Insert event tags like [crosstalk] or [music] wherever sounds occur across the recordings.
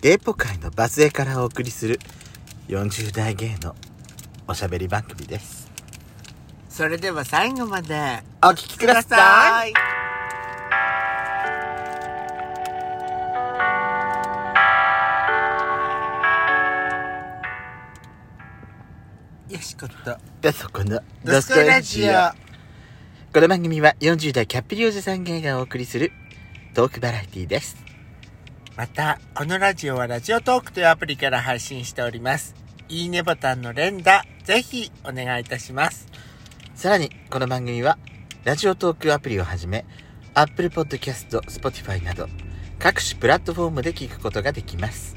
デポ界のバスへからお送りする40代芸のおしゃべり番組ですそれでは最後までお聞きくださいいよしことでそこのドスコラジオこの番組は40代キャッピリおじさん芸がお送りするトークバラエティですまたこのラジオはラジオトークというアプリから配信しておりますいいねボタンの連打ぜひお願いいたしますさらにこの番組はラジオトークアプリをはじめ Apple Podcast、Spotify など各種プラットフォームで聞くことができます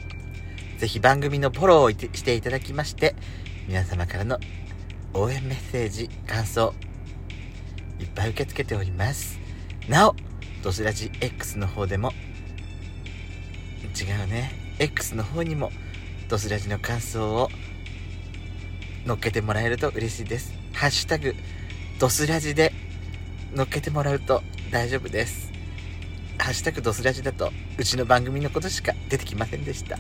ぜひ番組のフォローをいてしていただきまして皆様からの応援メッセージ感想いっぱい受け付けておりますなおドスラジ X の方でも違うね X の方にもドスラジの感想を乗っけてもらえると嬉しいですハッシュタグドスラジで乗っけてもらうと大丈夫ですハッシュタグドスラジだとうちの番組のことしか出てきませんでした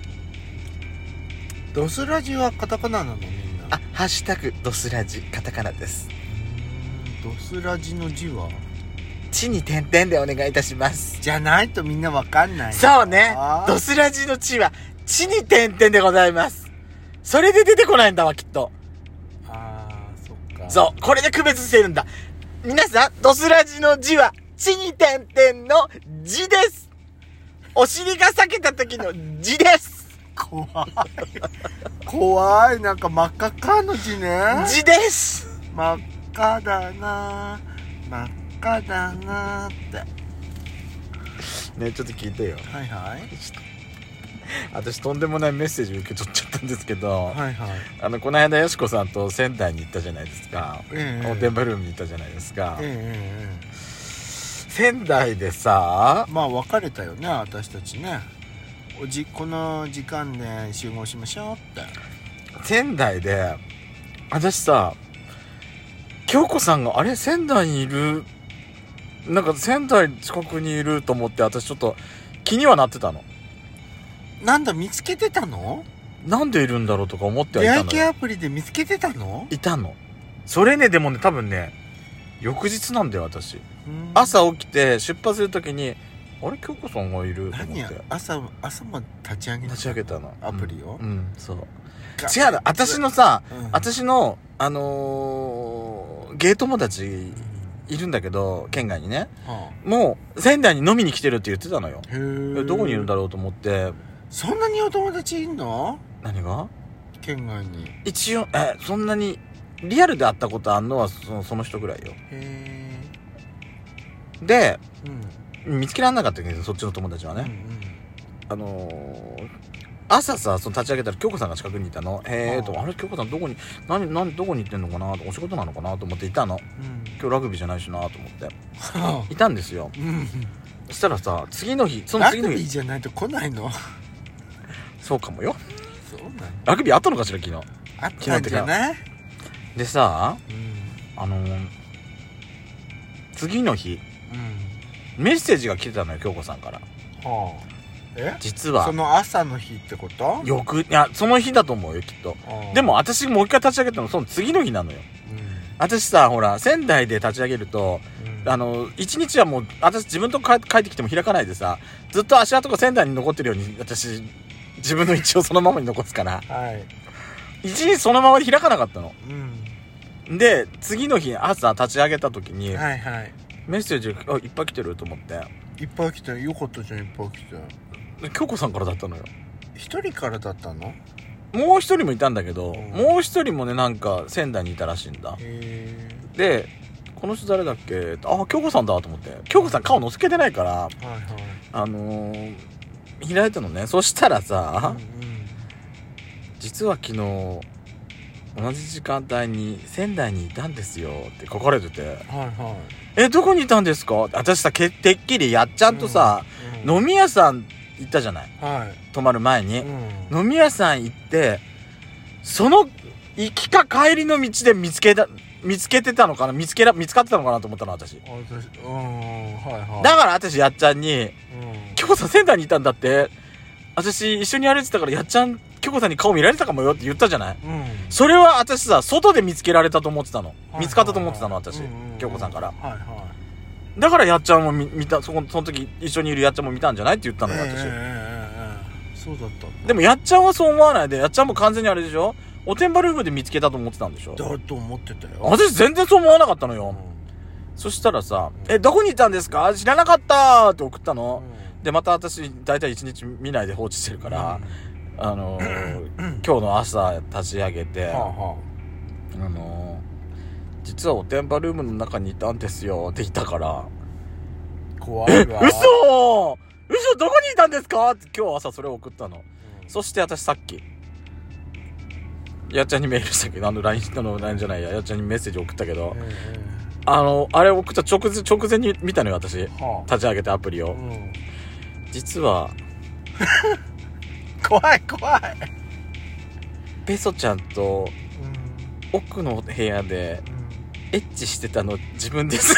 ドスラジはカタカナなのみんなあハッシュタグドスラジカタカナですドスラジの字は地に点々でお願いいたしますじゃないとみんなわかんないそうねあードスラジの地は地に点々でございますそれで出てこないんだわきっとあーそっかそうこれで区別してるんだ皆さんドスラジの字は地に点々の字ですお尻が裂けた時の字です怖い怖いなんか真っ赤っかの字ね字です真っ赤だな真っ赤だなってねちょっと聞いてよはいはい私とんでもないメッセージを受け取っちゃったんですけど、はいはいあのこの間よしこさんと仙台に行ったじゃないですか、ええおでんばルームに行ったじゃないですか、えええええ仙台でさえまあ別れたよね私たちねおじこの時間で集合しましょうって仙台で私さ京子さんがあれ仙台にいるなんか仙台近くにいると思って私ちょっと気にはなってたのなんだ見つけてたのなんでいるんだろうとか思ってはい出た会いの系よアプリで見つけてたのいたのそれねでもね多分ね翌日なんだよ私うん朝起きて出発するときにあれ京子さんがいると思っ何やて朝朝も立ち上げた立ち上げたのアプリをうん、うんそう違うの私のさ、うん私のあのー、ゲイ友達いるんだけど県外にねはもう仙台に飲みに来てるって言ってたのよあ、へええどこにいるんだろうと思ってそんなにお友達いんの何が県外にへ一応えそんなにリアルで会ったことあんのはそのその人ぐらいよえでうん見つけられなかったけどそっちの友達はね、あのー朝さその立ち上げたら京子さんが近くにいたの「へえ」と「あああれ京子さんどこに何何どこに行ってんのかな?」と「お仕事なのかな?」と思っていたのうんうん今日ラグビーじゃないしなと思ってはいたんですよ [laughs] あうんそしたらさ次の日そのラ次のグビー日じゃないと来ないのそうかもよそうなのラグビーあったのかしら昨日あったんじゃないでさうんあのー次の日うんメッセージが来てたのよ京子さんからはあえ実そはの朝の日ってことよくいやその日だと思うよきっとああでも私もう一回立ち上げたのその次の日なのようん私さほら仙台で立ち上げるとうんあの、一日はもう、私自分とこ帰帰ってきても開かないでさ、ずっと足跡が仙台に残ってるように、私、自分の一をそのままに残すから、はい一日そのままで開かなかったの。うんで、次の日朝立ち上げた時に、はいはいメッセージがあいっぱい来てると思って、いっぱい来たよよかったじゃんいっぱい来たで京子さんからだったのよ。一人からだったのへもう一人もいたんだけど、うんもう一人もね、なんか仙台にいたらしいんだ。えで、この人誰だっけあ、京子さんだと思って。京子さん顔のせけてないから、はいはいあのー、開いたのね。そしたらさ、うんうん実は昨日同じ時間帯に仙台にいたんですよって書かれててはいは「いえどこにいたんですか?」私さけてっきりやっちゃんとさ、うん飲み屋さん行ったじゃないは泊まる前にい、、うん、飲み屋さん行ってその行きか帰りの道で見つけた見つけてたのかな見つけら見つかってたのかなと思ったの私あ私うんはいはいだから私やっちゃんにうん「今日さ仙台にいたんだって私一緒に歩いてたからやっちゃん京子さんに顔見られたかもよって言ったじゃないうんそれは私さ外で見つけられたと思ってたの見つかったと思ってたの私うんうんうん京子さんからはいはだからやっちゃんも見見たそこその時一緒にいるやっちゃんも見たんじゃないって言ったいのよえええ私、えええそうだったんだでもやっちゃんはそう思わないでやっちゃんも完全にあれでしょおてんばルームで見つけたと思ってたんでしょだと思ってたよ私全然そう思わなかったのうよん、そしたらさ「うんえどこにいたんですか知らなかった!」って送ったうのんでまた私大体一日見ないで放置してるから、あの [clears throat] ーうんうん今日の朝立ち上げて、はあはあのー実はおてんばルームの中にいたんですよって言ったからあ怖いわ嘘嘘どこにいたんですかって今日朝それを送ったのうんそして私さっきやっちゃんにメールしたけどあの LINE あの LINE じゃないややっちゃんにメッセージ送ったけどうんうんあのあれ送った直前直前に見たのよ私は立ち上げてアプリあをうん実は怖い怖いペソちゃんとうん奥の部屋でエッチしてたの自分 [laughs] です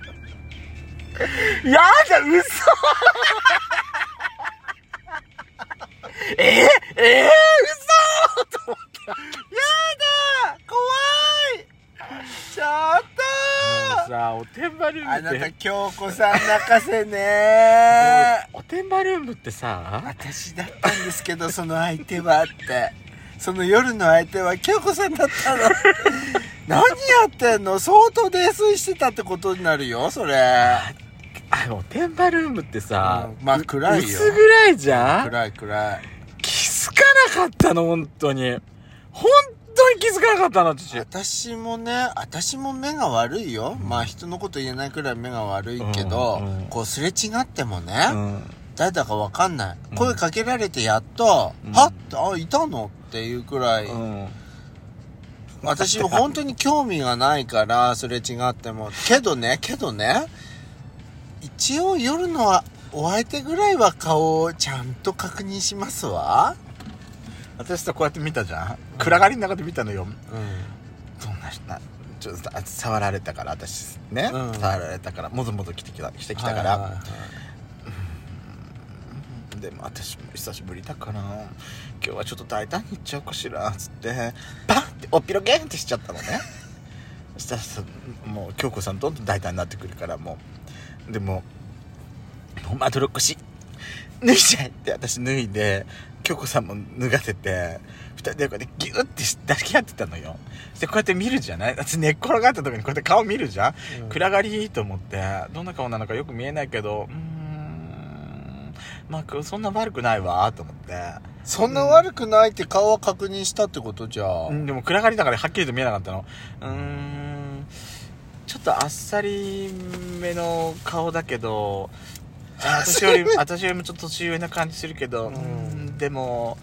うんやだ嘘 [laughs] えええやだ怖いちょっとさあおてんばルあームなったて京子さん泣かせねおてんばルームってさ私だったんですけどその相手はってその夜の相手は京子さんだったの何やってんの相当泥酔してたってことになるよそれあのおてんばルームってさ、うんまあ暗いよ薄暗いじゃん暗い暗い気づかなかったの本当に本当に気づかなかったの私私もね私も目が悪いよまあ人のこと言えないくらい目が悪いけど、うんうんこうすれ違ってもね、うん誰だかわかんない、うん声かけられてやっと、うんはっあいたのっていうくらい、うん私本当に興味がないからすれ違ってもけどねけどね一応夜のお相手ぐらいは顔をちゃんと確認しますわ私さこうやって見たじゃん暗がりの中で見たのようんどんな人なちょっとあ触られたから私ね、うん触られたからもぞもぞ来てきたしてきたから、でも私も久しぶりだから今日はちょっと大胆に行っちゃおうかしらつってバンっておっぴろげんってしちゃったのね [laughs] そしたらさもう京子さんどんどん大胆になってくるからもうでももうまどろっこしい脱いじゃえって私脱いで京子さんも脱がせて二人でこうやってギュッて抱き合ってたのよそしてこうやって見るじゃない私寝っ転がった時にこうやって顔見るじゃん暗がりいいと思ってどんな顔なのかよく見えないけどうーんまあそんな悪くないわと思ってそんな悪くないって顔は確認したってことじゃあ、うんでも暗がりだからはっきりと見えなかったのうーんちょっとあっさりめの顔だけどあ私より [laughs] 私よりもちょっと年上な感じするけどううんーんでも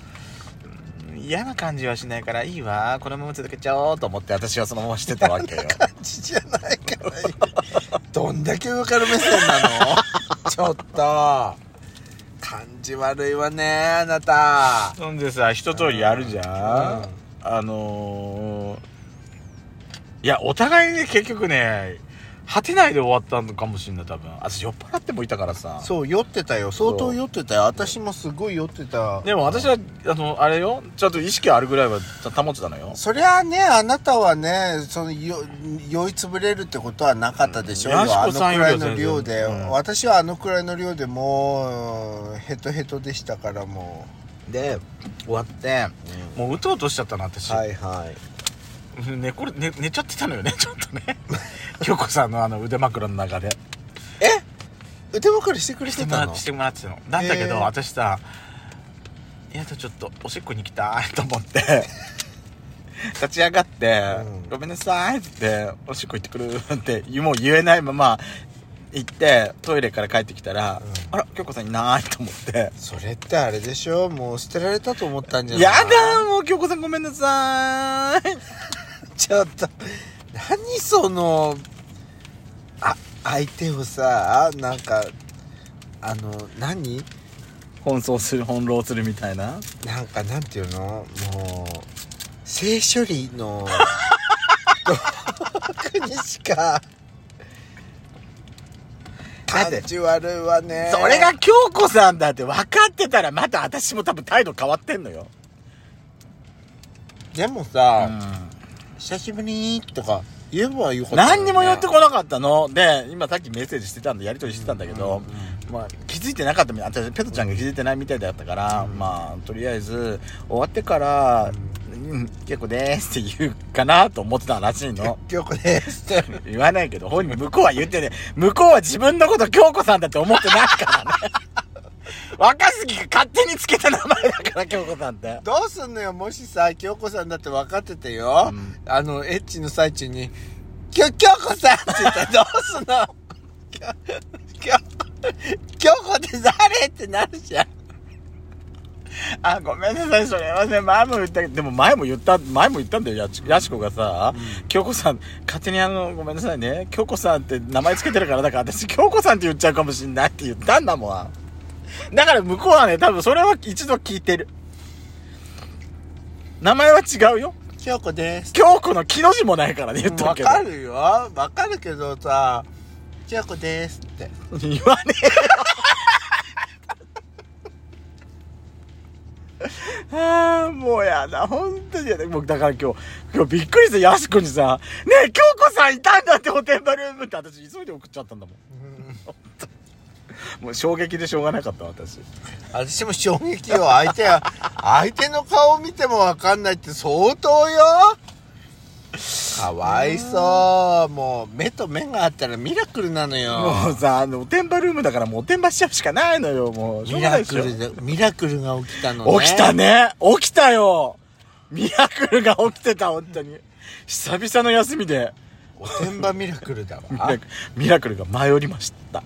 うん嫌な感じはしないからいいわこのまま続けちゃおうと思って私はそのまましてたわ [laughs] けよ感 [laughs] じじゃないからどんだけ上から目線なの [laughs] ちょっと感じ悪いわねあなたそんでさ一通りやるじゃん、うんあのー、いやお互いね結局ね果てないで終わったのかもしれない多分私酔っ払ってもいたからさそう酔ってたよ相当酔ってたよ私もすごい酔ってたでも私はあのあれよちゃんと意識あるぐらいは保ってたのよそりゃあねあなたはねそのよ酔いつぶれるってことはなかったでしょうようんやあしのこくさんよりらはいの量で、全然うん私はあのくらいの量でもうヘトヘトでしたからもで終わってう、もううとうとしちゃったな私、 [laughs] はいはい寝これ寝寝ちゃってたのよねちょっとね [laughs] 京子さんのあの腕枕の中で腕まくりしてくれしててもらたっのてしてもらってたのだったけど、へー私さやだちょっとおしっこに行きたいと思って [laughs] 立ち上がってうんごめんなさい」って「おしっこ行ってくる」って言うもう言えないまま行ってトイレから帰ってきたら「うあんら京子さんいない」と思ってそれってあれでしょもう捨てられたと思った「んじゃないやだもう京子さんごめんなさい」ちょっと何そのあ相手をさなんかあの何奔走する翻弄するみたいななんかなんていうのもう性処理の [laughs] 国しかだっ感てじ悪いわねそれが京子さんだって分かってたらまた私も多分態度変わってんのよ。でもうさ、ん。久しぶりにとか言えばよかったのにね、何にも言ってこなかったの。で、今さっきメッセージしてたんで、やりとりしてたんだけど、まあ、気づいてなかったみたい。私ペトちゃんが気づいてないみたいだったから、うんまあ、とりあえず、終わってから、うん、結構でーすって言うかなと思ってたらしい [laughs] の。結局 [laughs] ですって言わないけど、本人向こうは言ってね、向こうは自分のこと京子さんだって思ってない [laughs] からね。若杉が勝手につけた名前だから、京子さんって。どうすんのよもしさ京子さんだって分かっててよ、うんあのエッチの最中に「きょ京子さん!」って言ったらどうすんのきょきょ京子って誰ってなるじゃんあ、ごめんなさい、それはね、前も言ったけど、でも前も言った、前も言ったんだよ、やちやしこがさ、京子さん、勝手にあの、ごめんなさいね、京子さんって名前つけてるから、だから私、京子さんって言っちゃうかもしんないって言ったんだもん。だから向こうはね、多分それは一度聞いてる。名前は違うよ。京子です京子の木の字もないからね、言っとく分けど。かるよ分かるけどさ「京子です」って言わねえよ [laughs] ああもうやだ本当にやだもうだから今日今日びっくりしたやしこにさ「ねえ京子さんいたんだってホテンバルーム」って私急いで送っちゃったんだも [laughs] んもう衝撃でしょうがなかった私私も衝撃よ相手は相手の顔見ても分かんないって相当よかわいそうもう目と目があったらミラクルなのもうよさあのおてんばルームだからもうおてんばしちゃうしかないのよもうしょうミがないラでしクょルでミラクルが起きたのね起きたね起きたよミラクルが起きてた本当に久々の休みでおてんばミラクルだわミラクミラクルが舞い降りました